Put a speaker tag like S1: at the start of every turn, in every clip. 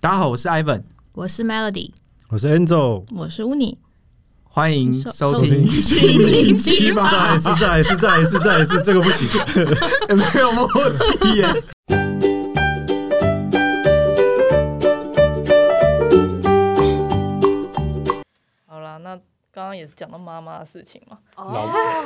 S1: 大家好，我是 Ivan，
S2: 我是 Melody，
S3: 我是 Angel，
S2: 我是 Uni，
S1: 欢迎收听
S4: 哦
S3: 听。
S2: 心灵奇
S3: 再来一次，再来一次，再来一次，再来一次，这个不行。
S1: 没有默契耶。
S4: 好啦，那刚刚也是讲到妈妈的事情嘛，
S5: 老老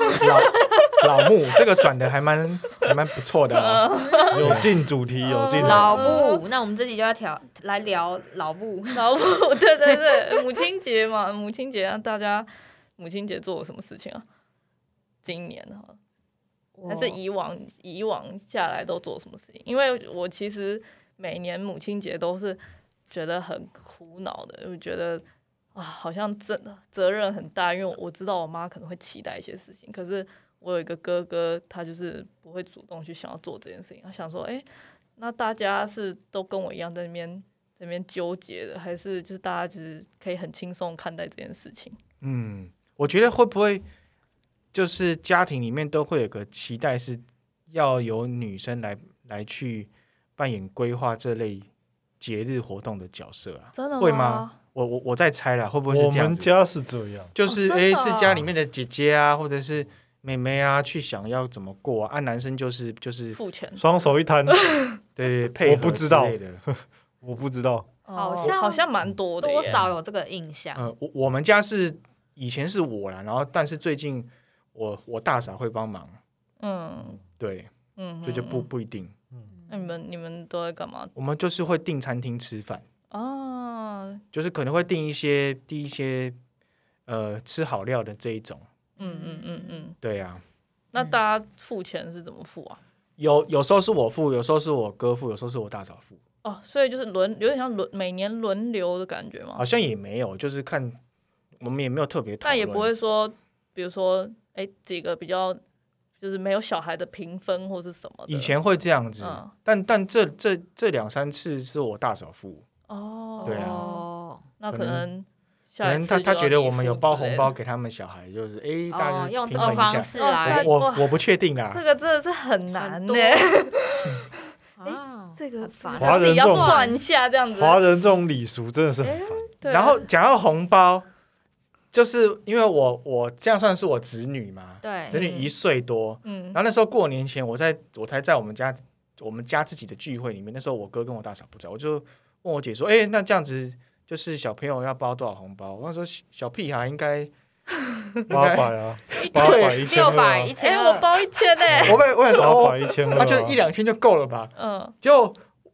S5: 老木，这 个转的还蛮还蛮不错的、
S4: 嗯
S5: 哦，有进主题，有进主题。
S6: 哦老布，那我们这集就要调来聊老布。
S4: 然后 对对对，母亲节嘛，母亲节啊，大家母亲节做了什么事情啊？今年啊哈，
S6: 我
S4: 还是以往以往下来都做什么事情？因为我其实每年母亲节都是觉得很苦恼的，就觉得啊，好像责责任很大，因为我知道我妈可能会期待一些事情，可是我有一个哥哥，他就是不会主动去想要做这件事情，他想说，哎、那大家是都跟我一样在那边在那边纠结的，还是就是大家就是可以很轻松看待这件事情？
S5: 嗯，我觉得会不会就是家庭里面都会有个期待，是要由女生来来去扮演规划这类节日活动的角色啊？
S4: 真的
S5: 会吗？我我我在猜啦，会不会
S3: 我
S5: 是这样
S3: 们
S5: 子？
S3: 家是这样，
S5: 就是
S4: 哦
S5: 诶，
S4: 真
S5: 是
S4: 的啊
S5: 家里面的姐姐啊，或者是妹妹啊，去想要怎么过啊？啊男生就是就是
S4: 付钱，
S3: 双手一摊，
S5: 对对对配合
S3: 我不知道
S5: 之类的。
S3: 我不知道，
S6: 好
S4: 哦
S6: 像
S4: 好像蛮多的耶，
S6: 多少有这个印象。
S5: 呃，我我们家是以前是我啦，然后但是最近我我大嫂会帮忙，
S4: 嗯
S5: 对，
S4: 嗯，
S5: 这就不
S4: 嗯
S5: 不一定。
S4: 那你们你们都在干嘛
S5: 我们就是会订餐厅吃饭，
S4: 啊？
S5: 就是可能会订一些订一些呃吃好料的这一种，
S4: 嗯嗯嗯嗯，
S5: 对啊。
S4: 那大家付钱是怎么付啊？
S5: 有有时候是我付，有时候是我哥付，有时候是我大嫂付，
S4: 哦，所以就是轮有点像轮每年轮流的感觉嘛
S5: 好，像也没有，就是看我们也没有特别讨论，
S4: 但也不会说，比如说哎几个比较就是没有小孩的评分或是什么的，
S5: 以前会这样子，
S4: 嗯
S5: 但但这这这两三次是我大嫂付，
S4: 哦，
S5: 对啊
S6: 哦，
S4: 那
S5: 可
S4: 可
S5: 能
S4: 能
S5: 可
S4: 下一
S5: 能
S4: 次
S5: 他他
S4: 就要
S5: 觉得
S4: 你
S5: 我们有
S4: 付
S5: 包
S4: 之
S5: 红
S4: 类
S5: 包
S4: 的，
S5: 给他们小孩，就是诶，大家
S6: 哦，用这
S5: 平衡
S6: 种
S5: 一下
S6: 方式来
S5: 我
S4: 哇
S5: 我我不确定
S4: 这
S5: 啦，
S4: 个真的是很难
S6: 很
S4: 呢
S6: 多。啊，
S4: 这个
S6: 很烦
S3: 华
S4: 自
S3: 人
S4: 己要
S3: 这种
S4: 算一下这样子，
S3: 华人这种礼俗真的是很烦。
S4: 对啊
S5: 然后讲到红包，就是因为我我这样算是我侄女嘛，
S6: 对
S5: 侄，女一岁多，
S4: 嗯
S5: 然后那时候过年前我在我才在我们家我们家自己的聚会里面，那时候我哥跟我大嫂不在，我就问我姐说，诶，那这样子就是小朋友要包多少红包？我那时候小小屁孩应 该
S3: 八
S5: 应该
S3: 百啊，八百一千
S6: 六
S3: 二
S6: 百
S3: 啊
S6: 一，
S4: 哎、
S6: 千
S4: 我
S6: 二，
S4: 包一千 呢、
S5: 我本我本来想
S3: 八
S5: 说，
S3: 百一千二
S5: 那、
S3: 啊，
S5: 就一两千就够了吧？
S4: 嗯，
S5: 就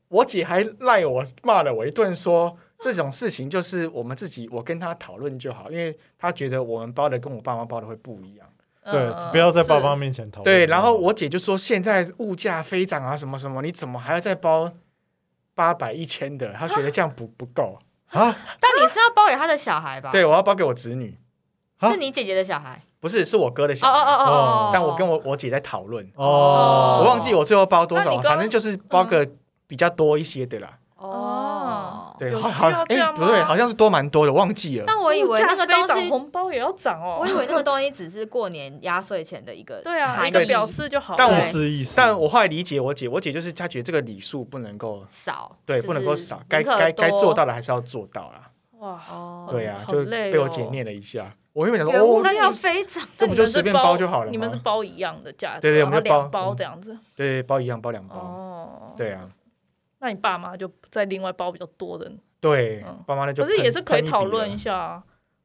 S5: 我姐还赖我骂了我一顿说，这种事情就是我们自己，我跟她讨论就好，因为她觉得我们包的跟我爸妈包的会不一样。
S4: 嗯
S3: 对，不要在爸妈
S4: 是
S3: 面前讨论。
S5: 对，然后我姐就说现在物价飞涨啊，什么什么，你怎么还要再包八百一千的？她觉得这样不不够。
S3: 啊，
S6: 但你是要包给他的小孩吧？，
S5: 对，我要包给我侄女，
S3: 啊
S6: 是你姐姐的小孩。
S5: 不是是我哥的
S6: 哦
S5: 小
S6: 哦哦
S5: 孩，
S6: 哦哦，
S5: 但我跟我我姐在讨论，
S3: 哦，
S5: 我忘记我最后包多
S4: 那
S5: 少，
S4: 你刚嗯
S5: 反正就是包个比较多一些的啦。
S6: 哦，
S5: 对，
S4: 有
S5: 好好
S4: 需要这
S5: 哎，
S4: 样
S5: 不对，
S4: 吗
S5: 好像是多蛮多的，忘记了。
S6: 但我以为那个东
S4: 物价飞
S6: 西
S4: 涨，红包也要涨哦。
S6: 我以为那个东西只是过年压岁钱的一个
S4: 对啊，
S6: 含
S4: 一个
S6: 义
S4: 表示就好了。
S5: 但我
S3: 意
S6: 对
S3: 思意思，
S5: 但我后来理解我姐，我姐就是她觉得这个礼数不能够，
S6: 少，
S5: 对，
S6: 就是
S5: 不能够少，该
S6: 宁可
S5: 该该做
S6: 多
S5: 到的还是要做到啦。
S4: 哇，
S6: 哦，
S5: 对啊，
S4: 好
S5: 就
S4: 累
S5: 被我
S4: 哦
S5: 姐念了一下。我原本想
S6: 原
S5: 说，
S6: 物
S5: 哦，
S6: 料飞涨，
S5: 这
S4: 那
S5: 不
S4: 你
S5: 就
S4: 们
S5: 随
S4: 是
S5: 便
S4: 包
S5: 包就好了
S4: 你们
S5: 吗
S4: 是包一样的价值，
S5: 对对我们
S4: 然后
S5: 就包
S4: 两包
S5: 嗯
S4: 这样子。
S5: 对，包一样，包两包。
S4: 哦，
S5: 对。啊，
S4: 那你爸妈就再另外包比较多的，
S5: 对
S4: 嗯，
S5: 爸妈那就
S4: 可是也
S5: 喷
S4: 是可以
S5: 喷
S4: 讨
S5: 笔了
S4: 论一下啊。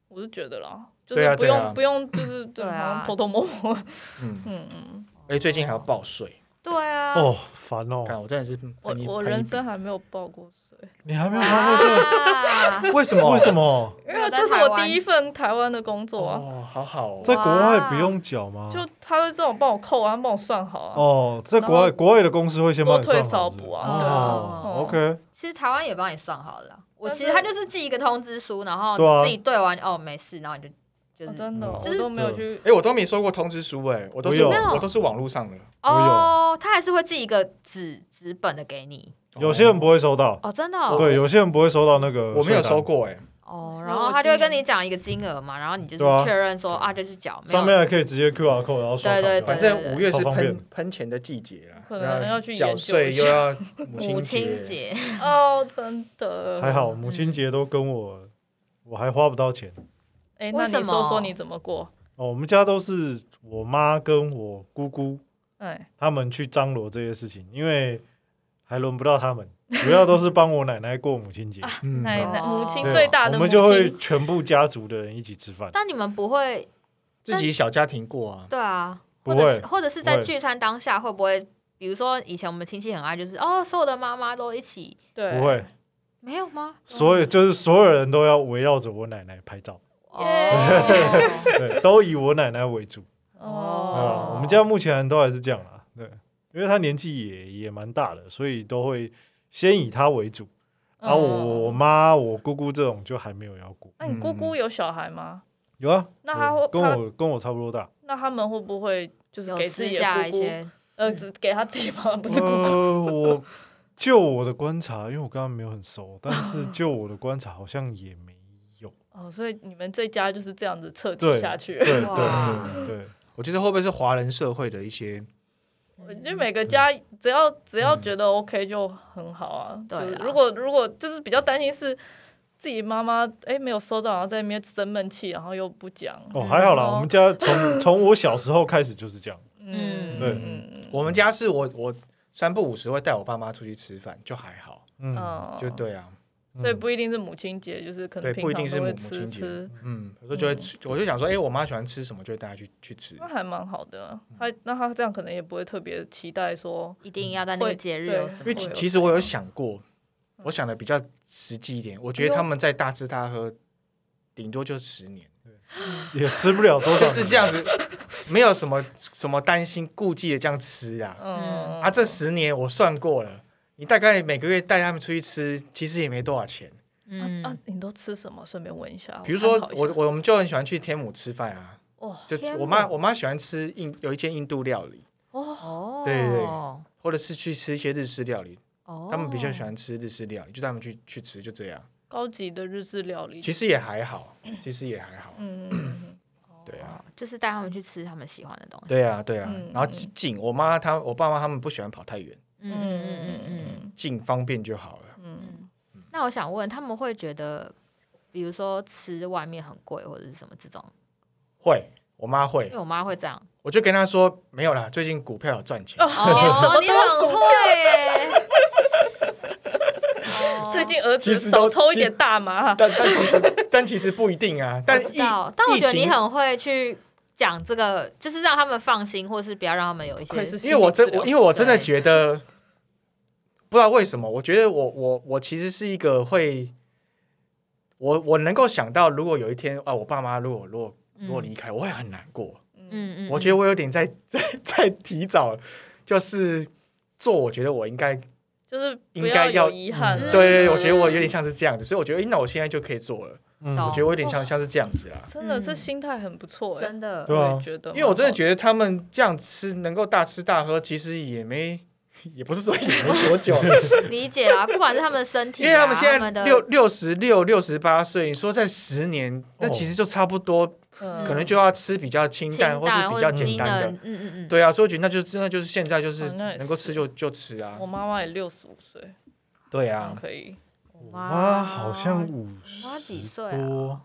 S4: 我是觉得啦，就
S5: 对啊
S4: 是不
S5: 对啊
S4: 用不用，就是对
S6: 对啊
S4: 好像偷偷摸摸。
S5: 嗯，
S4: 嗯嗯，
S5: 而且最近还要报税，
S6: 对啊，
S3: 哦 烦哦，
S5: 看我真的是
S4: 我
S5: 喷一
S4: 我
S5: 喷一
S4: 人
S5: 笔
S4: 生还没有报过税。
S3: 你还没有发过这
S6: 啊，
S5: 为什么
S3: 为什？么
S4: 因
S6: 没
S4: 为
S6: 有在
S4: 这是
S6: 台
S4: 我
S6: 湾
S4: 第一份台湾的工作啊，
S5: 哦，好好哦，
S3: 在国外不用缴吗？
S4: 就他会这种帮我扣啊，他帮我算好啊，
S3: 哦，在国
S4: 然
S3: 外
S4: 后
S3: 国外的公司会先帮
S4: 多
S3: 你
S4: 退
S3: 算
S4: 少
S3: 好是不是
S4: 补啊，对啊，
S3: 哦
S4: 哦
S3: ，OK，
S6: 其实台湾也帮你算好了啦。我
S4: 但
S6: 其
S4: 是
S6: 实他就是寄一个通知书，然后
S3: 对啊
S6: 自己对完哦没事，然后你就就
S4: 哦
S6: 是
S4: 真的哦，
S6: 就
S4: 我
S6: 是
S4: 都没 有去，
S5: 哎，我都没收过通知书，哎，我都是
S3: 我
S6: 有
S5: 我都是网络上的，
S6: 哦，他还是会寄一个纸纸本的给你
S5: 哦
S3: 有些人不会收到，
S6: 哦，真的哦
S3: 对，有些人不会收到那个，
S5: 我没有收，过，哎，
S6: 哦
S4: 是，
S6: 然后
S4: 我
S6: 他就会
S4: 今
S6: 跟
S4: 年
S6: 你讲一个金额嘛，然后你就是
S3: 对啊
S6: 确认说啊，就去缴。没有
S3: 上面还可以直接 QR code，然后刷卡就好。
S6: 对对
S5: 反
S6: 对
S5: 正五月
S3: 超
S5: 是
S3: 方便
S5: 喷喷钱的季节啦，
S4: 可能
S5: 那
S4: 要去研究
S5: 缴
S4: 一下
S5: 税，又要
S6: 母
S5: 母
S6: 亲
S5: 节，
S6: 节，
S4: 哦，真的
S3: 还。好母亲节都跟我，我还花不到钱。
S4: 哎，
S6: 为
S4: 那
S6: 什
S4: 你说
S6: 么
S4: 说你怎么过？
S3: 哦，我们家都是我妈跟我姑姑
S4: 哎，
S3: 他们去张罗这些事情，因为还轮不到他们，主要都是帮我奶奶过母亲节。
S5: 嗯，
S4: 奶奶母亲
S3: 对啊
S4: 最大的
S3: 我
S4: 母
S3: 们就会
S4: 亲，
S3: 全部家族的人一起吃饭，
S6: 但你们不会
S5: 自己小家庭过啊，
S6: 对啊，
S3: 不
S6: 或者
S3: 会
S6: 是或者是
S3: 不
S6: 在
S3: 会
S6: 聚餐当下会不会，比如说以前我们亲戚很爱就是哦，所有的妈妈都一起，
S4: 对，
S3: 不会，
S6: 没有吗？
S3: 所有就是所有人都要围绕着我奶奶拍照，
S6: 哦
S4: 耶，
S3: 对，都以我奶奶为主啊。
S6: 哦
S3: 我们家目前都还是这样啦，对，因为她年纪也也蛮大的，所以都会先以她为主。然后我我
S4: 嗯，
S3: 妈、我姑姑这种就还没有要过，
S4: 那你姑姑有小孩吗？
S3: 有啊，
S4: 那她
S3: 有
S4: 会
S3: 跟
S4: 她
S3: 嗯我跟我差不多大，
S4: 那他们会不会就是
S6: 有
S4: 给自
S6: 私
S4: 己
S6: 下
S4: 的
S6: 一
S4: 姑姑，
S6: 些
S4: 呃，只给他自己妈妈，不是姑姑？
S3: 呃，我 就我的观察，因为我跟她没有很熟，但是就我的观察，好像也没有。
S4: 哦，所以你们这家就是这样子彻
S3: 对
S4: 底下去
S3: 对。对
S6: 哇
S3: 对对，
S4: 嗯
S5: 我觉得会不会是华人社会的一些
S4: 我觉得每个家只要
S5: 嗯
S4: 只要觉得 OK 就很好啊。
S6: 对
S4: 就是
S6: 啦
S4: 如果如果就是比较担心是自己妈妈哎没有收到，然后在那边生闷气，然后又不讲。
S3: 哦，还好啦，
S4: 嗯
S3: 我们家从从我小时候开始就是这样。
S4: 嗯，
S3: 对
S4: 嗯
S5: 我们家是我我三不五时会带我爸妈出去吃饭，就还好，
S3: 嗯，
S4: 嗯
S5: 就，对啊，
S3: 嗯
S4: 所以不一定是母亲节，就是可能
S5: 对
S4: 平
S5: 不一
S4: 常
S5: 定是
S4: 都会
S5: 母母
S4: 吃
S5: 亲节
S4: 吃，
S5: 嗯，有时候就会吃，我就想说，哎、我妈喜欢吃什么，就会带她去去吃
S4: 那。还蛮好的啊。
S5: 嗯
S4: 他那他这样可能也不会特别期待说
S6: 一定要在那个
S4: 会
S6: 节日
S4: 对
S6: 有什
S5: 因
S6: 么
S5: 为？其其实我有想过，我想的比较实际一点，我觉得他们在大吃大喝，顶多就十年，
S3: 也吃不了多少
S5: 就
S3: 年，
S5: 是这样子，没有什么什么担心顾忌的这样吃啊。
S4: 嗯
S5: 啊，这十年我算过了，你大概每个月带他们出去吃，其实也没多少钱。
S6: 嗯
S4: 啊，你都吃什么？顺便问一下。
S5: 比如说
S4: 哦参考一
S5: 我
S4: 下
S5: 我我们就很喜欢去天母吃饭啊，
S4: 哇
S5: 就
S6: 天母
S5: 我妈我妈喜欢吃印有一间印度料理，
S6: 哦，
S5: 对对对
S6: 哦，
S5: 或者是去吃一些日式料理，
S4: 哦
S5: 他们比较喜欢吃日式料理，就带他们去去吃，就这样。
S4: 高级的日式料理，
S5: 其实也还好，其实也还好。
S4: 嗯嗯
S5: 对啊，
S6: 哦就是带他们去吃他们喜欢的东西。
S5: 对啊，对啊
S4: 嗯。
S5: 然后近，我妈她我爸妈他们不喜欢跑太远，
S6: 嗯
S4: 嗯
S6: 嗯嗯嗯嗯。
S4: 嗯
S5: 近方便就好了。
S4: 嗯
S6: 那我想问，他们会觉得，比如说吃外面很贵或者是什么这种？
S5: 会，我妈会
S6: 因
S4: 哦
S6: 为，我妈会这样。
S5: 我就跟她说没有啦，最近股票有赚钱。
S6: 哦，你很会耶。
S4: 嗯，
S6: 哦
S4: 最近儿
S5: 其
S4: 子
S5: 实
S4: 少
S5: 都
S4: 抽一
S5: 其
S4: 点大麻，
S5: 但但其实但其实不一定啊，但
S6: 我知
S5: 疫
S6: 道，但我
S5: 疫
S6: 觉得你
S5: 情
S6: 很会去讲这个，就是让他们放心，或是不要让他们有一
S4: 愧
S6: 些
S4: 是
S5: 因为我真
S4: 心理治疗
S5: 我因为我真的
S6: 对
S5: 觉得，不知道为什么，我觉得我我我其实是一个会，我我能够想到，如果有一天啊，我爸妈如果如果如果离开，我会很难过。
S4: 嗯
S6: 嗯嗯嗯，
S5: 我觉得我有点在在在提早，就是做我觉得我应该
S4: 就是不
S5: 应该要
S4: 有遗憾啊
S5: 对
S4: 了。
S6: 嗯
S5: 对，对我觉得我有点像是这样子，所以我觉得诶那我现在就可以做了。
S3: 嗯
S5: 我
S6: 懂
S5: 觉得我有点像像是这样子啦。
S4: 嗯真的是心态很不错哎，
S6: 真的
S3: 对啊
S4: 我也觉得蛮好，
S5: 因为我真的觉得他们这样吃，能够大吃大喝，其实也没， 也不是说也没多久，
S6: 理解啦，不管是他们的身体
S5: 因
S6: 啊，
S5: 为他们现在
S6: 的
S5: 六六十六、六十八岁，你说在十年，那
S3: 哦
S5: 其实就差不多，
S4: 嗯
S5: 可能就要吃比较清
S6: 清
S5: 淡
S6: 淡
S5: 或是比较简单
S6: 或
S5: 的。
S6: 者机能嗯嗯嗯，
S5: 对啊，所以我觉得那就真的就是现在就是
S4: 哦那也是哦
S5: 能够吃就就吃啊
S4: 我。妈妈也六十五岁，
S5: 对啊，
S4: 可以。
S3: 我
S6: 哇
S3: 妈好像五
S6: 妈几
S3: 十
S6: 岁啊
S3: 多，我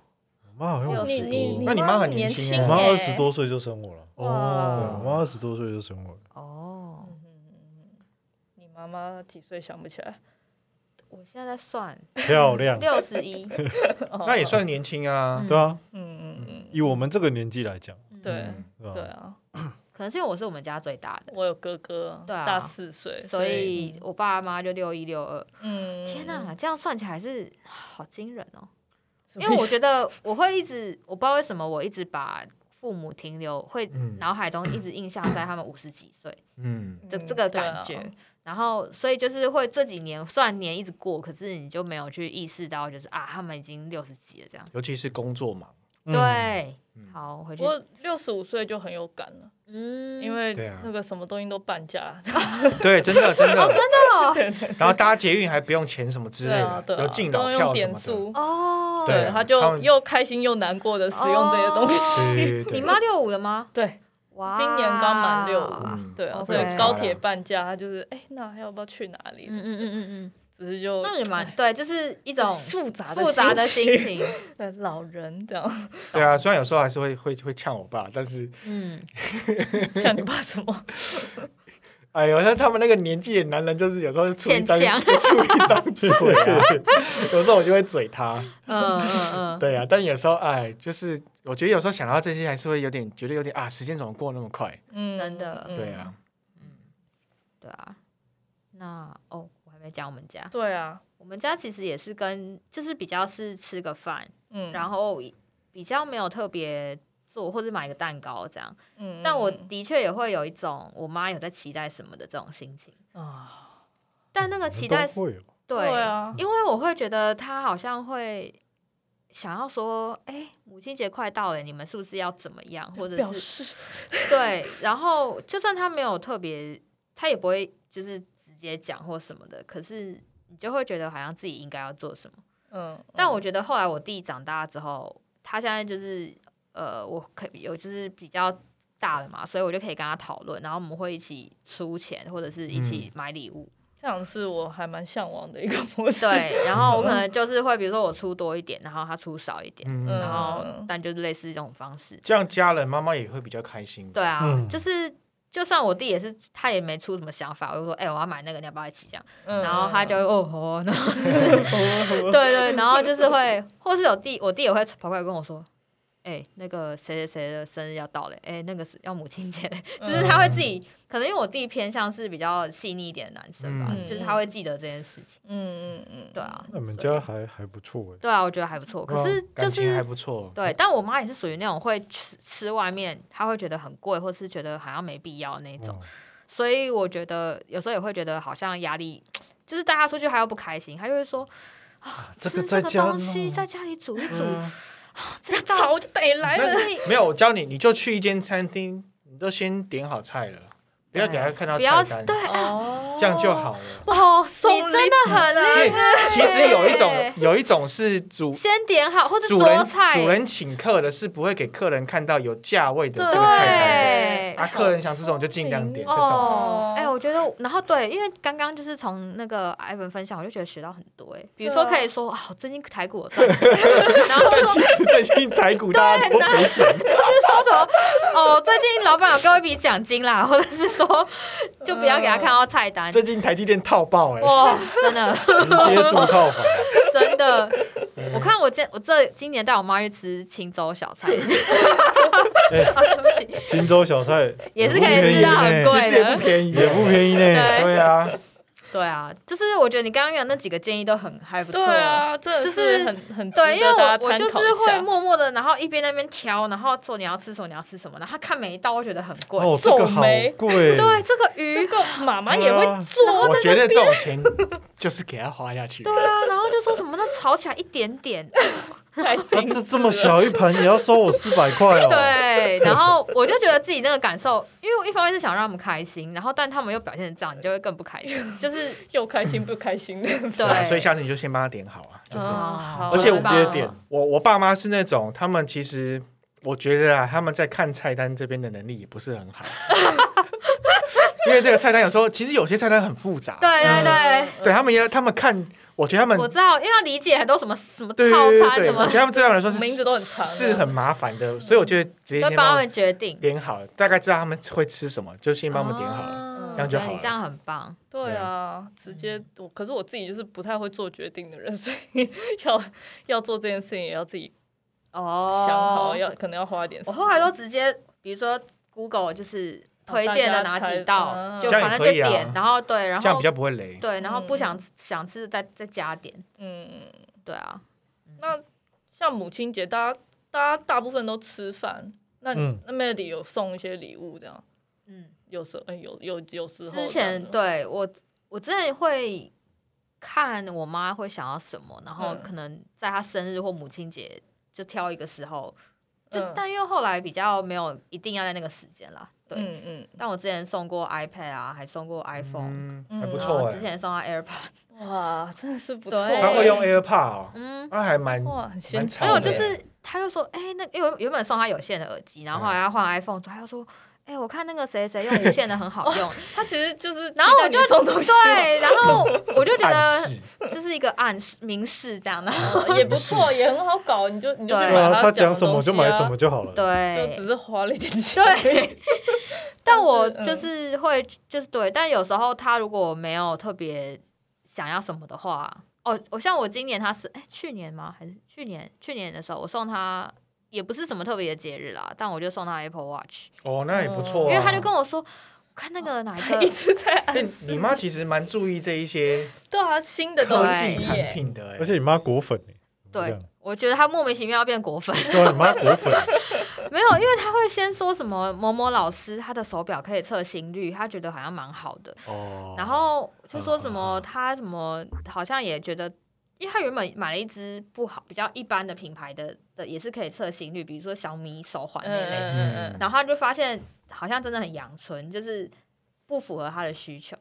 S3: 妈好像五
S4: 你
S3: 十
S4: 你
S3: 多，
S5: 那你妈很
S4: 年
S5: 年轻
S4: 轻
S5: 欸
S4: 耶，
S3: 我妈二十多岁就生我了，
S6: 哎
S3: 对
S4: 哇
S3: 我妈二十多岁就生我了，
S6: 哦，
S4: 你妈妈几岁想不起来？
S6: 我现在在算
S3: 漂
S5: 嗯
S3: 亮，
S6: 六十一，
S5: 那也算年轻啊
S6: 嗯。
S3: 对啊，
S4: 哦嗯嗯
S3: 以我们这个年纪来讲，
S6: 嗯
S4: 嗯，对
S5: 嗯
S3: 对吧
S4: 对啊，
S6: 可能是因为我是我们家最大的，
S4: 我有哥哥，
S6: 对啊
S4: 大四岁，
S6: 所以我爸妈就六一六二。
S4: 嗯，
S6: 天哪，这样算起来还是好惊人 哦！
S4: 什么意思，
S6: 因为我觉得我会一直，我不知道为什么我一直把父母停留，会
S5: 嗯
S6: 脑海中一直印象在他们五十几岁。
S5: 嗯，
S6: 这
S4: 嗯
S6: 这个
S4: 对啊
S6: 感觉。然后，所以就是会这几年虽然年一直过，可是你就没有去意识到，就是啊，他们已经六十几了这样。
S5: 尤其是工作忙，
S3: 嗯，
S6: 对，
S5: 嗯
S6: 好，我回
S4: 不
S6: 去。
S4: 过六十五岁就很有感了，
S6: 嗯，
S4: 因为
S5: 对啊
S4: 那个什么东西都半价，
S5: 对，真的真的。
S6: 真的
S4: 对对
S5: 然后搭捷运还不用钱什么 之类
S4: 对啊，
S5: 的，
S4: 对
S5: 有
S4: 啊，
S5: 敬
S4: 都
S5: 老
S4: 用
S5: 票什
S4: 点
S5: 么的。
S4: 数，
S6: 哦，
S5: 对
S4: 对，
S5: 啊
S4: 他
S5: 他
S4: 就
S5: 们
S4: 又开心又难过的使用这些东西，
S5: 对对对
S6: 哦你妈六五了吗？
S4: 对
S6: 哇，
S4: 今年刚满65
S6: 嗯
S5: 嗯，
S4: 对啊，
S6: OK
S4: 所以高铁半价，他就是哎，那还要不要去哪里？
S6: 嗯嗯嗯嗯
S4: 只是 就
S6: 嗯，那也蛮对，就是一种
S4: 复杂
S6: 复杂的心
S4: 心，
S6: 情。
S4: 对老人这样，
S5: 对啊，虽然有时候还是会会会呛我爸，但是
S6: 嗯，
S4: 像你爸什么，
S5: 哎呦，那他们那个年纪的男人就是有时候就出一张
S6: 欠呛
S5: 就出一张嘴啊， 有时候我就会嘴他。
S6: 嗯嗯 嗯，
S5: 对啊，但有时候哎，就是我觉得有时候想到这些，还是会有点觉得有点啊，时间怎么过那么快？
S4: 嗯，
S6: 真的
S4: 嗯
S5: 对，啊，
S6: 对啊。那哦，我还没讲我们家，
S4: 对啊，
S6: 我们家其实也是跟就是比较是吃个饭，
S4: 嗯，
S6: 然后比较没有特别做或者买个蛋糕这样。
S4: 嗯，
S6: 但我
S4: 嗯
S6: 的确也会有一种我妈有在期待什么的这种心情，
S4: 啊，
S6: 但那个
S3: 你
S6: 期
S3: 都
S6: 待是
S3: 会哦
S6: 对
S4: 对啊
S6: 因为我会觉得她好像会想要说，哎、母亲节快到了，你们是不是要怎么样，或者
S4: 表
S6: 是
S4: 示
S6: 对，然后就算她没有特别，她也不会就是直接讲或什么的，可是你就会觉得好像自己应该要做什么。
S4: 嗯，
S6: 但
S4: 嗯
S6: 我觉得后来我弟长大之后，他现在就是呃，我可以有就是比较大了嘛，所以我就可以跟他讨论，然后我们会一起出钱或者是一起
S4: 嗯
S6: 买礼物，
S4: 这样是我还蛮向往的一个模式，
S6: 对，然后我可能就是会比如说我出多一点，然后他出少一点，
S5: 嗯，
S6: 然后
S4: 嗯
S6: 但就是类似这种方式，
S5: 这样家人妈妈也会比较开心。
S6: 对，啊，
S3: 嗯
S6: 就是。就算我弟也是，他也没出什么想法，我就说，哎、我要买那个，你要不要一起这样？
S4: 嗯
S6: 然后他就会哦吼，然后 对对，然后就是会，或是有弟，我弟也会跑过来跟我说，哎、那个谁谁谁的生日要到了，哎、那个是要母亲节，
S4: 嗯
S6: 就是他会自己，可能因为我弟偏向是比较细腻一点的男生吧，
S4: 嗯
S6: 就是他会记得这件事情。
S4: 嗯嗯嗯，
S6: 对啊，
S3: 那你们
S6: 所以
S3: 家还还不错哎，
S6: 对啊，我觉得还不错，可是
S5: 哦
S6: 就
S5: 感情还
S6: 是。
S5: 不错。
S6: 对，但我妈也是属于那种会吃吃外面，她会觉得很贵，或是觉得好像没必要那种，
S3: 哦
S6: 所以我觉得有时候也会觉得好像压力，就是带她出去还要不开心，她就会说啊，
S3: 这
S6: 吃
S3: 个
S6: 这
S3: 在
S6: 个
S3: 家
S6: 东西
S3: 弄啊
S6: 在家里煮一啊煮，
S5: 嗯
S6: 这个
S4: 早就得来
S5: 但
S4: 了，
S5: 是没有，我教你，你就去一间餐厅，你都先点好菜了，不要给他看到
S6: 不要
S5: 菜单，
S6: 对啊
S4: 哦
S5: 这样就好了。
S6: 哦，
S4: 送
S6: 你真的很
S5: 因
S6: 厉
S5: 为
S6: 害。
S5: 其实有一种有一种是主
S6: 先点好，或者
S5: 主
S6: 桌
S5: 人
S6: 菜，
S5: 主人请客的，是不会给客人看到有价位的这个菜单的。
S4: 对，
S6: 对
S5: 啊，客人想吃什么就尽量点这种。
S6: 哦
S4: 哦，
S6: 哎、我觉得，然后对，因为刚刚就是从那个 Ivan 分享，我就觉得学到很多哎、比如说可以说啊，我最近台股有赚钱， 然后
S5: 但
S6: 说
S5: 其实最近台股大家都赔钱，
S6: 说什么哦，最近老板有给我一笔奖金啦，或者是说就不要给他看到菜单，
S5: 最近台积电套爆哎、
S6: 哇，真的
S5: 直接住套房。
S6: 真的，我看我今我这今年带我妈去吃青州小菜，
S3: 哎
S6: 啊对不起，
S3: 荆州小菜
S6: 也是可以吃到很
S5: 其
S6: 贵
S5: 实也不
S6: 的。
S5: 便宜，
S3: 也不便宜呢，
S6: 对
S5: 对啊，
S6: 对啊，就是我觉得你刚刚讲那几个建议都很还不错。
S4: 对啊，真的
S6: 就是
S4: 是很很值
S6: 对，因为
S4: 得大
S6: 我
S4: 家
S6: 我
S4: 参
S6: 就
S4: 考
S6: 是
S4: 一
S6: 会
S4: 下
S6: 默默的，然后一边在那边挑，然后说你要吃什么，你要吃什么，然后他看每一道，我觉得很贵。
S3: 哦，这个好
S4: 皱眉
S3: 贵，
S6: 对，这个
S4: 这
S6: 鱼，
S4: 个妈妈也会
S6: 哦
S4: 做，
S5: 我觉得这种钱就是给他花下去。
S6: 对啊，然后就说什么那炒起来一点点，
S4: 太
S5: 啊
S3: 它
S4: 精致
S3: 这
S4: 了
S3: 这么，小一盘，也要收我四百块哦？
S6: 对，然后我就觉得自己那个感受，因为我一方面是想让他们开心，然后但他们又表现成这样，你就会更不开心，就是
S4: 又开心不开心的，
S6: 对、
S5: 啊所以下次你就先帮他点好啊，就这样。
S4: 啊好
S5: 而且我
S6: 直
S3: 直
S6: 接
S3: 接
S6: 点
S3: 点，
S5: 我我爸妈是那种，他们其实我觉得啊，他们在看菜单这边的能力也不是很好， 因为这个菜单有时候其实有些菜单很复杂，
S6: 对对
S4: 嗯
S6: 对，
S5: 对他们也他们看，我觉得他们
S6: 我知道，因为要理解很多什么什么套
S5: 对对对
S6: 餐
S5: 对，
S6: 什
S5: 我
S6: 么
S5: 觉，得他们对他们来说是
S4: 名字都很长
S5: 是很麻烦的，所以我就会直接
S6: 都
S5: 先
S6: 帮
S5: 帮
S6: 他
S5: 他
S6: 们
S5: 们
S6: 决定，
S5: 点好，大概知道他们会吃什么，就先帮他们点好了。
S6: 哦
S4: 这样
S5: 就
S6: 那你
S5: 好
S6: 这样很棒，
S4: 对啊，直接我，可是我自己就是不太会做决定的人，所以要要做这件事情也要自己
S6: 哦，
S4: 想好，要可能要花一点时
S6: 我
S4: 间。
S6: 后来都直接，比如说 Google 就是推荐的哪几
S4: 哦大家
S6: 道，
S4: 猜
S6: 就
S5: 这
S6: 反
S5: 样也
S6: 正
S5: 可
S6: 就
S5: 以啊
S6: 点，然后对，然
S5: 这样
S6: 后
S5: 比较不会雷。
S6: 对，然后不
S4: 嗯
S6: 想吃想吃的再再加点，
S4: 嗯，
S6: 对啊，
S4: 那像母亲节，大家大家大部分都吃饭，那、
S3: 嗯
S4: 那 Melody 有送一些礼物这样，
S6: 嗯，
S4: 有时候哎、有有有时候
S6: 之前
S4: 这样
S6: 对我我之前会看我妈会想要什么，然后
S4: 嗯
S6: 可能在她生日或母亲节就挑一个时候就、
S4: 嗯
S6: 但因为后来比较没有一定要在那个时间啦，对。
S4: 嗯嗯
S6: 但我之前送过 iPad 啊，还送过 iPhone，、
S5: 嗯，
S4: 嗯
S5: 还不
S6: 然
S5: 错
S6: 后
S5: 哎、
S6: 之前送他 AirPod，
S4: 嗯，哇， 真的是不错
S6: 对
S4: 欸，
S5: 他会用 AirPod 哦，
S6: 嗯，
S5: 那还蛮
S4: 哇，很先
S5: 蛮
S4: 进
S5: 潮
S6: 没有
S5: 的
S6: 就
S5: 欸嗯
S6: 是他就说，哎、那因为我原本送他有线的耳机，然后后来他换 iPhone 之后，他就说，哎、我看那个谁谁用无线的很好 用，
S4: 他其实就是期待
S6: 然后我
S4: 你
S6: 就
S4: 送东西嘛，
S6: 对，然后我就觉
S5: 暗
S6: 得
S5: 示
S6: 这是一个暗示明示 这样的，
S4: 呃也不错，也很好搞，你就你就去
S6: 对
S4: 买
S3: 对啊，他
S4: 讲
S3: 讲
S4: 的
S3: 什么
S4: 东西
S3: 就买
S4: 啊
S3: 什么，就好了。
S4: 就
S6: 对
S4: 只是花了一点钱。
S6: 对。但我
S4: 但是嗯
S6: 就是会就是对，但有时候他如果没有特别想要什么的话，哦，我像我今年他是哎、去年吗？还是去年去年的时候，我送他。也不是什么特别的节日啦，但我就送他 Apple Watch，
S5: 哦，那也不错、
S6: 因
S5: 啊，
S6: 为他就跟我说，我看那个哪一 个
S4: 一直在 暗
S5: 哎
S4: 示
S5: 你妈其实蛮注意这一些
S4: 对啊，新的东
S5: 科技
S4: 西
S5: 产
S4: 耶，
S5: 品的、欸，
S3: 而且你妈果粉欸怎么这
S6: 对
S3: 样，
S6: 我觉得他莫名其妙变果粉，
S3: 对啊，你妈果粉，
S6: 没有，因为他会先说什么某某老师他的手表可以测心率，他觉得好像蛮好的，
S3: 哦
S6: 然后就说什
S3: 嗯嗯
S6: 么
S3: 嗯
S6: 他什么好像也觉得，因为他原本买了一只不好比较一般的品牌的的也是可以测心率，比如说小米手环
S4: 嗯
S6: 那类的，
S4: 嗯嗯
S6: 然后他就发现好像真的很阳春，就是不符合他的需求。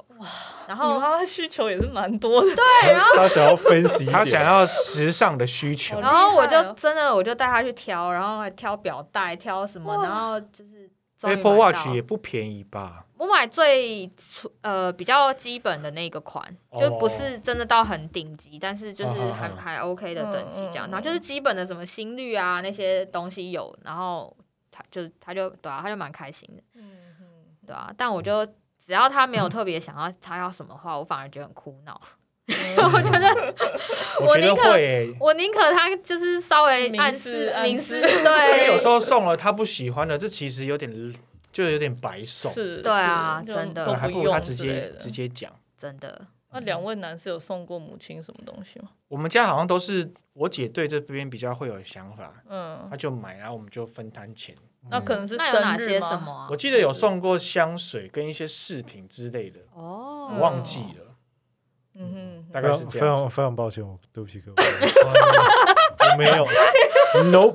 S4: 嗯，你
S6: 然后
S4: 妈妈需求也是蛮多的，
S3: 她她想要 fancy，一
S5: 他
S3: 点
S5: 想要时尚的需求
S4: 好
S6: 然后我
S4: 厉害哦
S6: 就真的我就带他去挑，然后还挑表带，挑什么，
S4: 哇
S6: 然后就是终于
S5: ，Apple
S6: 买到
S5: Watch 也不便宜吧？
S6: 我买最初呃比较基本的那个款，
S5: 哦
S6: 就不是真的到很顶级，但是就是
S5: 嗯嗯嗯
S6: 还、还 OK 的等级这
S4: 嗯
S6: 样。
S4: 嗯嗯
S6: 然后就是基本的什么心率啊那些东西有，然后他就他就对啊，他就蛮开心的，
S4: 嗯嗯
S6: 对啊。但我就只要他没有特别想要他要什么的话，我反而觉得很苦恼。
S4: 嗯
S6: 我觉得
S5: 我觉得
S6: 我宁可
S5: 会、欸，
S6: 我宁可他就是稍微
S4: 明
S6: 暗
S4: 示
S6: 示
S4: 暗
S6: 明
S4: 示
S6: 示，
S5: 因为
S6: 对，
S5: 有时候送了他不喜欢的，这其实有点就有点白送，
S4: 是，
S6: 对啊
S4: 是就
S6: 真的
S4: 都
S5: 对还
S4: 不
S5: 不如
S4: 用
S5: 他直
S4: 之类
S5: 接
S4: 的
S5: 直。接讲。
S6: 真的
S4: 那两位男士有送过母亲什么东西吗？
S5: 我们家好像都是我姐对这边比较会有想法，
S4: 嗯
S5: 她，就买，然后我们就分摊钱。
S4: 那可能是
S6: 那有哪
S4: 生
S6: 些
S4: 日
S6: 什
S4: 吗？
S6: 么啊
S5: 我？记得有送过香水跟一些饰品之类的，
S6: 哦，
S5: 我忘记 了，
S4: 嗯
S5: 大
S3: 非
S5: 概
S3: 常
S5: 是这
S3: 非
S5: 样子。
S3: 常非常抱歉，我对不起各位， 我没有，no。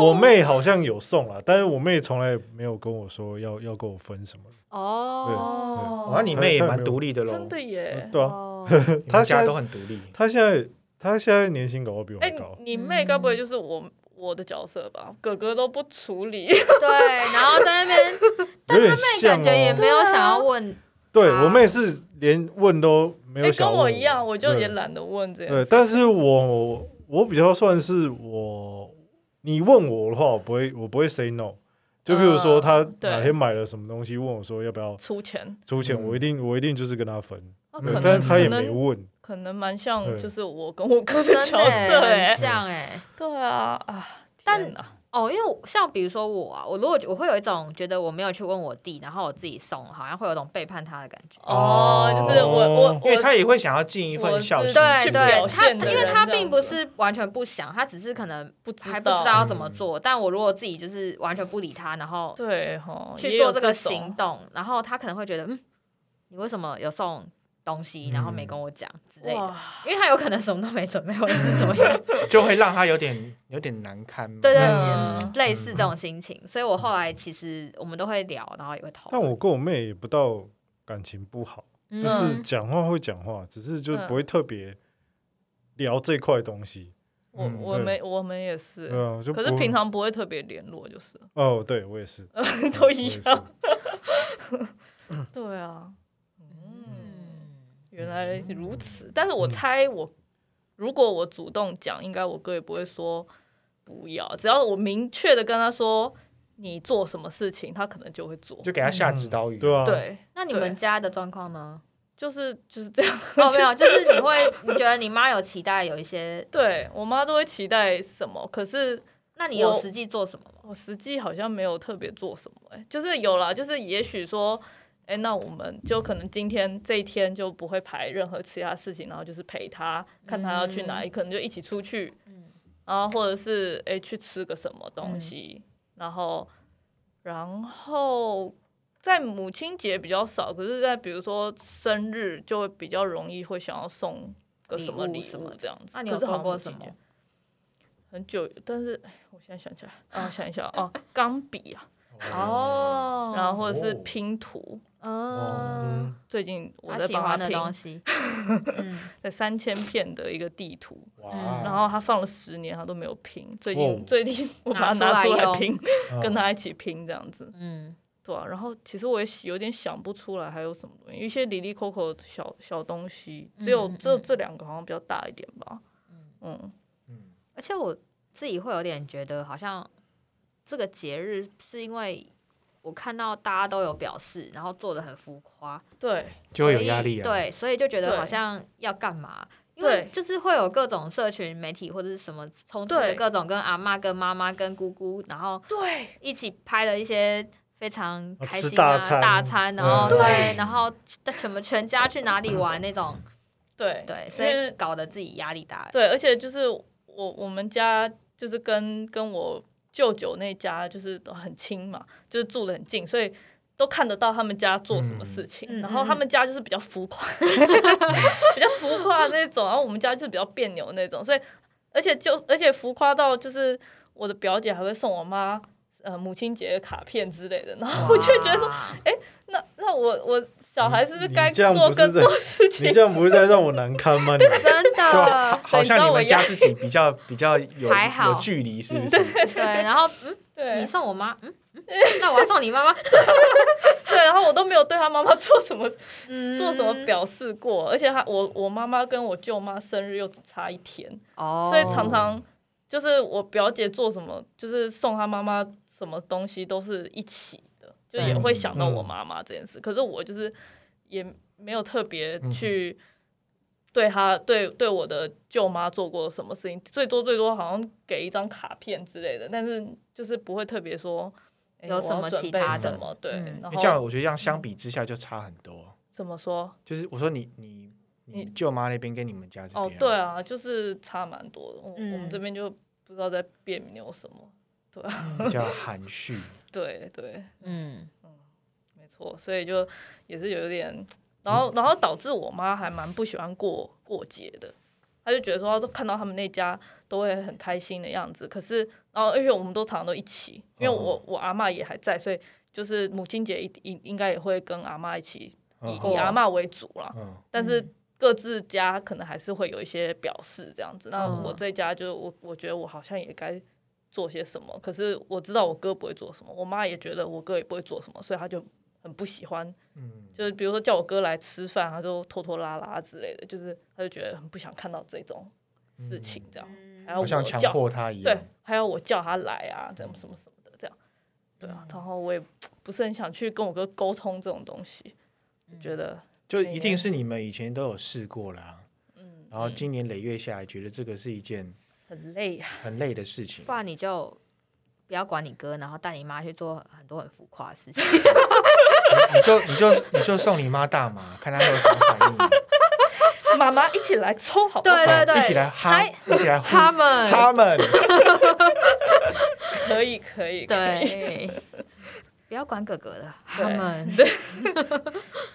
S3: 我妹好像有送了，但是我妹从来没有跟我说要要跟我分什么。
S6: 哦，
S5: 然后你妹也蛮独立的
S4: 哼，
S5: 喽
S4: 真，的耶。
S3: 对啊，
S6: 哦，
S5: 你
S3: 她
S5: 们
S3: 现
S5: 家
S3: 在
S5: 都很独立。
S3: 她现在她现在年薪搞不好比我
S4: 哎
S3: 还高，，
S4: 你妹该不会就是我我的角色吧？哥哥都不处理，哎
S6: 对，然后在那边，
S3: 有点
S6: 但
S3: 像
S6: 感觉也
S3: 哦。
S6: 没有想要 问，
S3: 对
S6: 啊
S3: 我妹是连问都没有
S4: 哎，
S3: 想
S4: 跟
S3: 问我
S4: 我一样，我就
S3: 对
S4: 也懒得问这
S3: 对，
S4: 样。
S3: 但是我我比较算是我，你问我的话，我不会我不会 say no。就譬如说，
S4: 嗯
S3: 他
S4: 对
S3: 哪天买了什么东西，问我说要不要
S4: 出钱，
S3: 出钱，
S5: 嗯
S3: 我一定我一定就是跟他分，
S4: 那
S3: 对
S4: 哦可
S3: 但
S4: 能
S3: 是他也
S4: 可
S3: 没
S4: 能哦
S3: 问。
S4: 可能蛮像
S3: 对
S4: 就是我跟我哥
S6: 真
S4: 的啊角
S6: 的
S4: 色
S6: 欸很
S4: 哎。
S6: 像哎。
S4: 对啊啊，
S6: 但
S4: 天哪
S6: 哦，因为我像比如说我啊，我如果我会有一种觉得我没有去问我弟，然后我自己送，好像会有种背叛他的感觉。
S4: 哦，就是我我
S5: 因为
S4: 我
S5: 她也会想要尽一份孝
S4: 我是
S5: 心，
S6: 对
S4: 去
S6: 对
S4: 表，
S6: 他
S4: 现的
S6: 因为
S4: 人
S6: 他
S4: 这样
S6: 并不
S4: 子
S6: 是完全不想，他只是可能
S4: 不知嗯
S6: 还不知道要怎么做。但我如果自己就是完全不理他，然后
S4: 对哈，
S6: 去
S4: 也
S6: 做
S4: 有
S6: 这
S4: 这
S6: 个
S4: 种
S6: 行，动，然后他可能会觉得，嗯，你为什么有送东西，然后没
S5: 嗯
S6: 跟我讲之类的？
S4: 哇，
S6: 因为他有可能什么都没准备，或者是什么样。
S5: 就会让她有点有点难堪嘛。
S6: 对对，
S4: 嗯
S6: 嗯类似这种心情，所以我后来其实我们都会聊，然后也会讨
S3: 但
S6: 论。
S3: 我跟我妹也不到感情不好，
S6: 嗯
S3: 就是讲话会讲话，只是就
S4: 嗯
S3: 不会特别聊这块东西。
S4: 我
S5: 嗯
S4: 我
S3: 对
S4: 们我们也是，
S3: 对啊，就
S4: 可是
S3: 不
S4: 平常不会特别联络，就是了
S3: 哦，对我也是
S4: 都
S3: 我
S4: 一。
S3: 也
S4: 样
S3: 是。嗯
S4: 对啊，嗯，
S6: 嗯
S4: 原来如此。但是
S3: 嗯
S4: 我猜我，如果我主动讲，应该我哥也不会说不要。只要我明确的跟他说你做什么事情，他可能就会做。
S5: 就给她下指导语。
S3: 对啊，
S4: 对，
S6: 那你们家的状况呢？
S4: 就是就是这样。
S6: 哦，没有，就是你会，你觉得你妈有期待有一些，
S4: 对我妈都会期待什么，可是
S6: 那你有
S4: 我
S6: 实际做什 么吗？
S4: 我哦实际好像没有特别做什么、哎，就是有啦，就是也许说，哎、那我们就可能今天这一天就不会排任何其他事情，然后就是陪他，看他要去哪里，可能就一起出去，
S6: 嗯
S4: 然后或者是哎、去吃个什么东西，然后然后在母亲节比较少，可是在比如说生日就会比较容易会想要送个什么
S6: 礼物
S4: 礼
S6: 什么
S4: 物
S6: 的
S4: 这样子。
S6: 那你有
S4: 可是好
S6: 做
S4: 像
S6: 过
S4: 母亲
S6: 什么
S4: 节？很久，但是哎我现在想起来，啊，我想一下 哦，钢笔啊，
S6: 哦，
S4: 然后或者是
S3: 哦
S4: 拼图，
S6: 哦，
S3: 嗯，
S4: 最近我
S6: 他
S4: 在
S6: 喜
S4: 帮他
S6: 欢的
S4: 拼
S6: 东西，嗯，
S4: 那三千片的一个地图，
S3: 哇，
S6: 嗯
S4: 然后他放了十年，他都没有拼，最近、
S3: 哦
S4: 最 近我把它
S6: 拿
S4: 拿
S6: 出
S4: 出来
S6: 来用
S4: 拼，
S3: 嗯
S4: 跟他一起拼这样子，
S6: 嗯，
S4: 对啊，然后其实我也有点想不出来还有什么东西，一些里里扣扣的小小东西，只有
S6: 嗯嗯
S4: 只有
S6: 嗯
S4: 这两个好像比较大一点吧。嗯，
S3: 嗯
S6: 而且我自己会有点觉得，好像这个节日是因为我看到大家都有表示，然后做的很浮夸，
S4: 对，
S5: 就会有压力啊。
S6: 所以对，所以就觉得
S4: 对
S6: 好像要干嘛。因为
S4: 对
S6: 就是会有各种社群媒体或者是什么充斥着
S4: 对
S6: 各种跟阿嬷、跟妈妈、跟姑姑，然后
S4: 对
S6: 一起拍了一些非常开心
S3: 吃
S6: 啊
S3: 大餐
S6: 餐，
S3: 嗯
S6: 然后
S3: 对
S6: 对，然后什么全家去哪里玩那种，
S4: 对
S6: 对，
S4: 因
S6: 所以
S4: 为
S6: 搞得自己压力大。
S4: 对，而且就是我我们家就是跟跟我舅舅那家就是都很亲嘛，就是住的很近，所以。都看得到他们家做什么事情，
S6: 嗯
S4: 然后他们家就是比较浮 夸，比较浮夸的那种，然后我们家就是比较别扭的那种，所以而且就而且浮夸到就是我的表姐还会送我妈呃母亲节的卡片之类的，然后 我就觉得说，
S6: 哇
S4: 那那我我小孩是不是
S3: 你
S4: 该
S3: 这样
S4: 做
S3: 不是
S4: 更
S3: 在
S4: 多事情
S3: 你？这样不会再让我难堪吗？你
S6: 真
S5: 就
S6: 的
S5: 好，好
S4: 你知道
S5: 像你
S4: 我
S5: 们
S4: 压
S5: 家自己比 较比较有
S6: 还好
S5: 有距离，是不是？
S6: 对， 然后嗯，你
S4: 对
S6: 送我妈，嗯，嗯那我要送你妈妈，
S4: 对，然后我都没有对他妈妈做什么
S6: 嗯，
S4: 做什么表示过，而且他我我妈妈跟我舅妈生日又只差一天，
S6: 哦，
S4: 所以常常就是我表姐做什么，就是送她妈妈什么东西都是一起的，就也会想
S5: 嗯
S4: 到我妈妈这件事。可是我就是也没有特别
S5: 嗯
S4: 去对她对对我的舅妈做过什么事情，最多最多好像给一张卡片之类的，但是就是不会特别说。哎
S6: 有
S4: 我要
S6: 什么
S4: 准
S6: 其
S4: 备
S6: 他
S5: 的
S4: 什么？对，
S6: 嗯
S4: 然
S5: 因为这样
S4: 后
S5: 我觉得这样相比之下就差很多。
S4: 怎么说？
S5: 就是我说你你你
S4: 你
S5: 舅妈那边跟你们家这边、
S4: 哦，对，啊，就是差蛮多的。我、我
S6: 嗯
S4: 们这边就不知道在别扭什么。
S5: 比较含蓄。
S4: 对对，
S6: 嗯，
S4: 没错，所以就也是有一点，然
S5: 嗯
S4: 后然后导致我妈还蛮不喜欢过过节的。她就觉得说，都看到他们那家都会很开心的样子。可是，然后而且我们都常常都一起，因为我、
S5: 嗯
S4: 我阿嬷也还在，所以就是母亲节一应应该也会跟阿嬷一起，以以
S5: 嗯
S4: 阿嬷为主啦。
S5: 嗯，
S4: 但是各自家可能还是会有一些表示这样子。那
S6: 嗯
S4: 我这家就我我觉得我好像也该做些什么，可是我知道我哥不会做什么，我妈也觉得我哥也不会做什么，所以他就很不喜欢。
S5: 嗯
S4: 就是比如说叫我哥来吃饭，他就拖拖拉拉之类的，就是他就觉得很不想看到这种事情这样。还有
S5: 好
S4: 我
S5: 像强
S4: 叫
S5: 迫他一样
S4: 对。，还有我叫他来啊，这样什么什么的这样。对啊，然后我也不是很想去跟我哥沟通这种东西，就觉得
S5: 就一定是你们以前都有试过啦、
S4: 嗯，
S5: 然后
S4: 嗯
S5: 今年累月下来，觉得这个是一件
S4: 很累啊。
S5: 很累的事情
S6: 不。然你就不要管你哥，然后带你妈去做很多很浮夸的事 情，
S5: 你就你就你就送你妈大麻， 看她有什么反 应。
S4: 妈妈一起来抽好不好？
S6: 对对对，
S5: 哦一起来哈，一起来呼
S6: 他们，
S5: 他们。
S4: 可以可以，可以
S6: 对，不要管哥哥的，他们，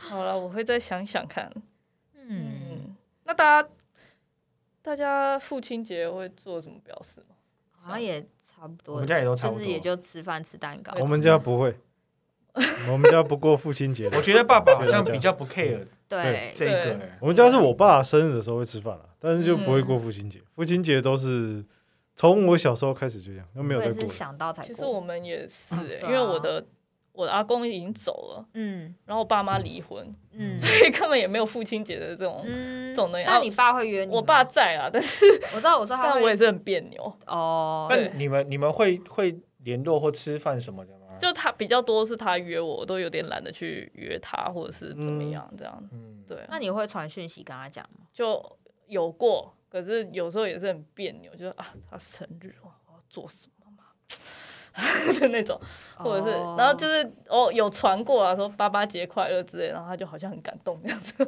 S4: 好了，我会再想想看。
S6: 嗯，
S4: 嗯，那大家大家父亲节会做什么表示吗？
S6: 好像也差不多，
S5: 我们家也都差不多
S6: 就是也就吃饭吃蛋糕，
S3: 我们家不会，我们家不过父亲节的，
S5: 我觉得爸爸好像比较不 care
S6: 对，
S5: 这个、欸
S3: 我们家是我爸生日的时候会吃饭了，但是就不会过父亲节。父亲节都是从我小时候开始就这样，都没有
S6: 我
S3: 再
S6: 也是
S3: 过了。
S6: 想到才
S4: 其实我
S6: 过，
S4: 们也是、欸，
S6: 对啊
S4: 因为我的我的阿公已经走了，
S6: 嗯
S4: 然后我爸妈离婚，
S6: 嗯
S4: 所以根本也没有父亲节的这种。
S6: 嗯，哦
S4: 种东西
S6: 但你爸会约你吗，
S4: 我爸在啊，但是
S6: 我知道，我知道他
S4: 但
S6: 会，
S4: 我也是很别扭，
S6: 哦，
S5: 那
S4: 对
S5: 你们你们会会联络或吃饭什么的吗？
S4: 就他比较多是他约我，我都有点懒得去约他，或者是怎么样这样。
S5: 嗯，
S4: 对，啊
S6: 那你会传讯息跟他讲吗？
S4: 就有过，可是有时候也是很别扭，就是啊，他生日哇，我要做什么嘛 的那种，或者是、
S6: 哦
S4: 然后就是哦有传过啊，说爸爸节快乐之类，然后他就好像很感动这样子，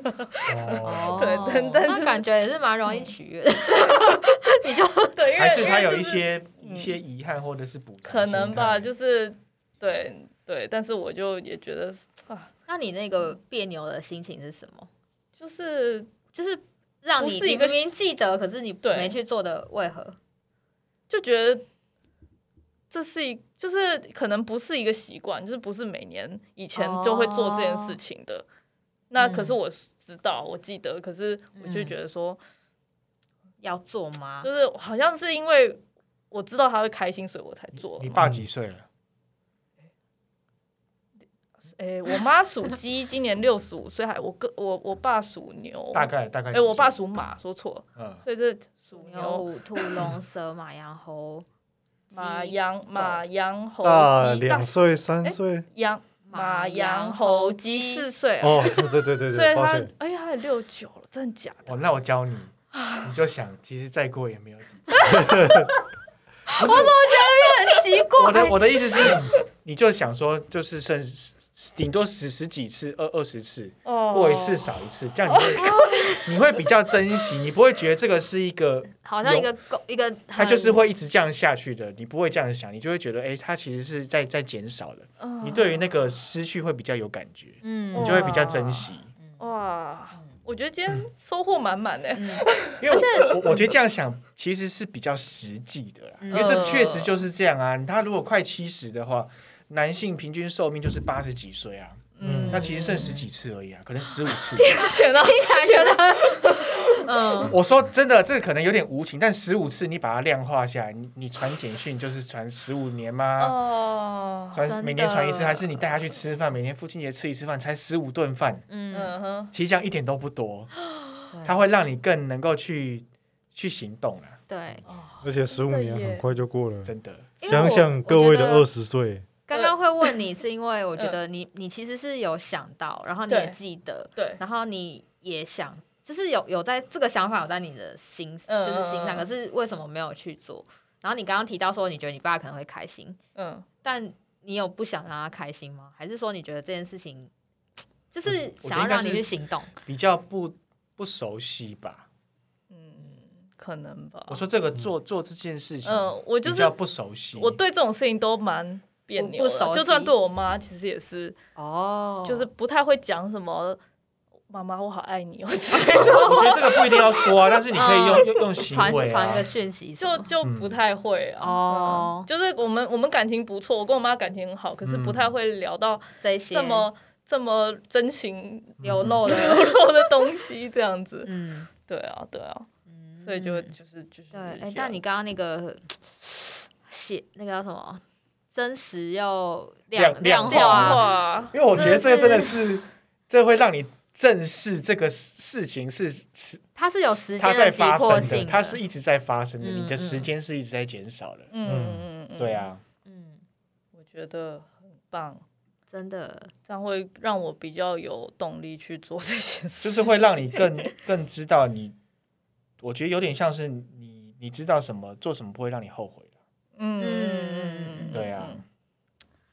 S5: 哦，
S4: 对但但就
S6: 那
S4: 是
S6: 感觉也是蛮容易取 悦的， 你就
S4: 对，因为
S5: 还是他
S4: 因为
S5: 有一
S4: 就是
S5: 些、
S4: 嗯
S5: 一些遗憾或者是补偿
S4: 可
S5: 心态，
S4: 能吧，就是对对，但是我就也觉得啊，
S6: 那你那个别扭的心情是什么？
S4: 就是
S6: 就是让
S4: 不
S6: 你
S4: 是
S6: 你
S4: 一个
S6: 明明记得，可是你
S4: 对
S6: 没去做的，为何？
S4: 就觉得这是一，就是可能不是一个习惯，就是不是每年以前就会做这件事情的。那可是我知道，我记得，可是我就觉得说，
S6: 要做吗？
S4: 就是好像是因为我知道他会开心，所以我才做
S5: 你
S4: 嘛。
S5: 爸几岁
S4: 嗯
S5: 了？
S4: 诶、我妈属鸡，今年六十五岁，还我哥我我爸属牛，
S5: 大概大概
S4: 诶、
S5: 几岁。
S4: 哎我爸属马，说错了，
S5: 嗯，
S4: 所以这属
S6: 牛、
S4: 牛、
S6: 虎、兔、龙、蛇、马、羊、猴、
S4: 马、
S6: 鸡
S4: 羊、马、羊、猴、
S3: 大
S4: 鸡、
S3: 两岁、三岁
S4: 羊、马、羊、猴、鸡四岁啊、
S3: 哦，是，对对对
S4: 所以
S3: 对，抱
S4: 他
S3: 歉，
S4: 哎呀，他也六九了，真的假的？
S5: 我那我教 你，你就想，其实再过也没有几次。不是
S6: 很 奇怪，
S5: 我的我的意思是，你就想说，就是剩十顶多十十几次，二二十次，
S4: 哦，
S5: 过一次少一次，这样你 会你会比较珍惜，你不会觉得这个是一个，
S6: 好像一个狗，一个
S5: 它
S6: 它
S5: 就是会一直这样下去的，你不会这样想，你就会觉得，哎，它其实是在在减少的，
S4: 嗯，
S5: 你对于那个失去会比较有感觉，
S6: 嗯
S5: 你就会比较珍惜。
S4: 哇，我觉得今天收获满满
S5: 嗯
S4: 的，
S5: 因为我我我觉得这样想其实是比较实际的啦，
S6: 嗯
S5: 因为这确实就是这样啊。他如果快七十的话，男性平均寿命就是八十几岁啊，
S4: 嗯，
S5: 那其实剩十几次而已啊，可能十五次。
S4: 天哪，
S6: 听起 来觉得，嗯，
S5: 我说真的，这个可能有点无情，但十五次你把它量化下来，你你传简讯就是传十五年吗？
S4: 哦，
S6: 真的
S5: 传每年传一次，还是你带他去吃饭，每年父亲节吃一次饭，才十五顿饭，
S6: 嗯，
S4: 嗯哼，
S5: 其实这样一点都不多
S6: 对，
S5: 它会让你更能够去去行动了，
S6: 对，
S3: 而且十五年很快就过了。
S5: 真的。
S6: 因为我
S3: 想想各位的
S6: 我觉
S3: 二
S6: 得
S3: 十岁，
S6: 刚刚会问你，是因为我觉得你你其实是有想到，然后你也
S4: 对
S6: 记得，
S4: 对，
S6: 然后你也想，就是有有在这个想法有在你的心，
S4: 嗯
S6: 就是心上，
S4: 嗯嗯
S6: 可是为什么没有去做？然后你刚刚提到说，你觉得你爸可能会开心，
S4: 嗯，
S6: 但你有不想让他开心吗？还是说你觉得这件事情就是
S5: 嗯我觉得
S6: 想要
S5: 应该
S6: 让你
S5: 是
S6: 去行动？
S5: 比较不不熟悉吧。
S4: 可能吧。
S5: 我说这个做做这件事情，
S4: 嗯，我就
S5: 比
S4: 是
S5: 较不熟悉。
S4: 我对这种事情都蛮别扭的，
S6: 不不熟悉
S4: 就算对我妈，其实也是，
S6: 哦
S4: 就是不太会讲什么“妈妈，我好爱 你”，我之类的
S5: 我觉得这个不一定要说啊，但是你可以用用用行
S6: 传
S5: 为
S6: 传
S5: 啊
S6: 个。讯息什
S4: 就
S6: 么，
S4: 就
S5: 嗯
S4: 不太会啊。嗯
S6: 哦
S4: 就是我们我们感情不错，我跟我妈感情很好，可是
S5: 嗯
S4: 不太会聊到
S6: 这些
S4: 这么、这么真情
S6: 流露
S4: 流
S6: 的，
S4: 露的东西，这样子。
S6: 嗯，
S4: 对啊，对啊，
S6: 嗯
S4: 所以就就是就是这
S6: 对，
S4: 样
S6: 哎、
S4: 子。
S6: 但你刚刚那个写那个叫什么？真实又量
S5: 量
S6: 量
S5: 量
S6: 化，
S4: 话，
S5: 因为我觉得这个真的是，这会让你正视这个事情是是
S6: 它是有时
S5: 它
S6: 间
S5: 在
S6: 急
S5: 发
S6: 迫
S5: 生
S6: 性
S5: 的，
S6: 的，
S5: 它是一直在发生的，
S6: 嗯
S5: 你的时间是一直在减少的。
S4: 嗯嗯嗯，
S5: 对，啊，
S6: 嗯，
S4: 我觉得很棒。
S6: 真的，
S4: 这样会让我比较有动力去做这 件事。
S5: 就是会让你更更知道你，我觉得有点像是你你知道什么做什么不会让你后悔的，
S4: 嗯
S5: 对啊。
S4: 嗯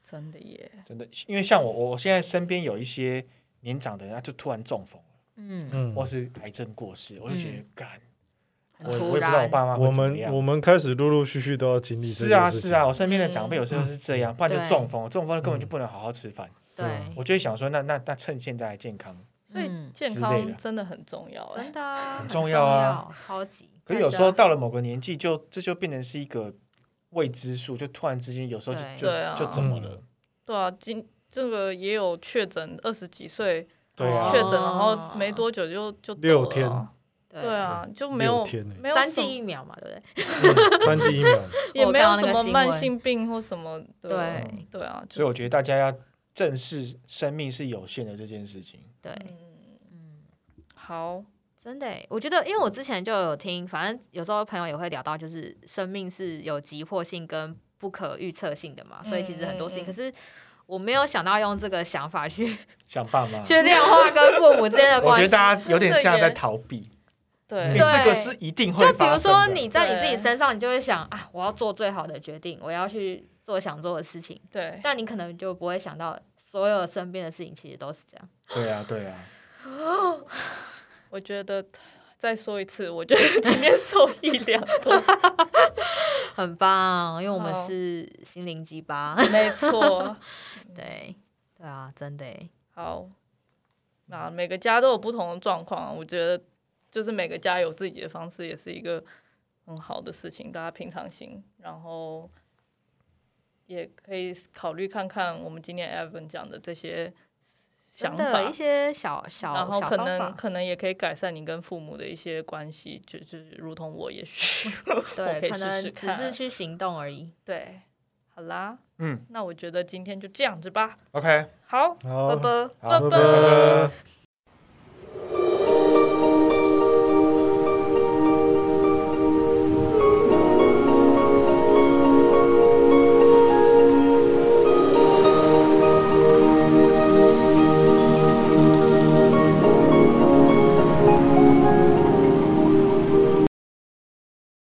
S4: 真的
S6: 嗯
S4: 耶，
S5: 真的。因为像我，我我现在身边有一些年长的人，他就突然中风了，
S6: 嗯，
S3: 嗯，
S5: 或是癌症过世，我就觉得干，
S6: 很
S5: 我我
S6: 突
S5: 也不知道我
S6: 然，
S5: 爸妈会
S3: 我
S5: 怎么
S3: 们
S5: 样
S3: 我。们开始陆陆续续都要经历这
S5: 是
S3: 件
S5: 啊
S3: 事情嗯
S5: 是啊，，我身边的长辈
S4: 嗯
S5: 有时候是这样，不然就
S6: 对
S5: 中风，中风了根本就不能好好吃饭。
S6: 对，
S5: 我就会想说，那那那趁现在还健康，
S4: 所以
S6: 嗯
S4: 健
S5: 之类的
S4: 康真的很重要哎
S6: 真。的啊很
S5: 重要
S6: 要
S5: 啊，
S6: 超级，
S5: 可是有时候到了某个年纪就，这就变成是一个未知数，就突然之间有时候就
S6: 对
S5: 就
S4: 对啊
S5: 就怎么了？
S4: 对啊，今这个也有确诊，二十几岁
S5: 对啊，
S4: 确诊，然后没多久就就走了啊
S3: 六天，
S6: 对
S4: 对啊，就没有
S3: 六天欸
S4: 没有
S6: 三
S4: 什么
S6: 剂疫苗嘛，对不对？
S3: 三剂疫苗，
S4: 也
S6: 我
S4: 没
S6: 看
S4: 有
S6: 哦到那
S4: 什
S6: 个
S4: 么
S6: 新
S4: 慢
S6: 闻
S4: 性病或什么
S3: 嗯
S4: 的，
S6: 对
S4: 对啊，
S5: 嗯
S4: 就是
S5: 所以我觉得大家要正视生命是有限的这件事情。
S6: 对，
S4: 嗯
S6: 嗯，
S4: 好，
S6: 真的欸，我觉得，因为我之前就有听，反正有时候朋友也会聊到，就是生命是有急迫性跟不可预测性的嘛，所以其实很多事
S4: 嗯
S6: 情，
S4: 嗯嗯
S6: 可是我没有想到用这个想法去
S5: 像爸妈，
S6: 去量化跟父母之间
S5: 啊
S6: 的
S5: 我觉
S6: 关
S5: 得
S6: 系。
S5: 大家有点像在
S4: 对
S5: 逃避，
S4: 对
S5: 你
S6: 对
S5: 这个是一定会
S6: 就比
S5: 发
S6: 如
S5: 生的。
S6: 说你在你自己
S4: 对
S6: 身上，你就会想啊，我要做最好的决定，我要去做想做的事情，
S4: 对，
S6: 但你可能就不会想到所有身边的事情其实都是这样。
S5: 对啊对啊，
S4: 我觉得再说一次，我觉得今天受益良 多，
S6: 很棒，因为我们
S4: 好
S6: 是心灵鸡巴，
S4: 没错。
S6: 对对啊，真的欸，
S4: 好，那每个家都有不同的状况啊，我觉得就是每个家有自己的方式，也是一个很好的事情，大家平常心，然后也可以考虑看看我们今天 Evan 讲的这些想
S6: 真
S4: 法
S6: 的一，些小小
S4: 然后
S6: 小
S4: 可
S6: 方
S4: 能
S6: 法
S4: 可能也可以改善你跟父母的一些关系，就就是如同我，也 许我可
S6: 对，
S4: 以
S6: 可
S4: 试
S6: 能
S4: 试
S6: 只
S4: 看。
S6: 是去行动而已。
S4: 对，好啦，
S5: 嗯
S4: 那我觉得今天就这样子吧。
S5: ，OK，
S4: 好，
S3: 好
S6: 啵，啵。
S5: 好
S4: 拜
S3: 拜
S4: 拜
S3: 拜。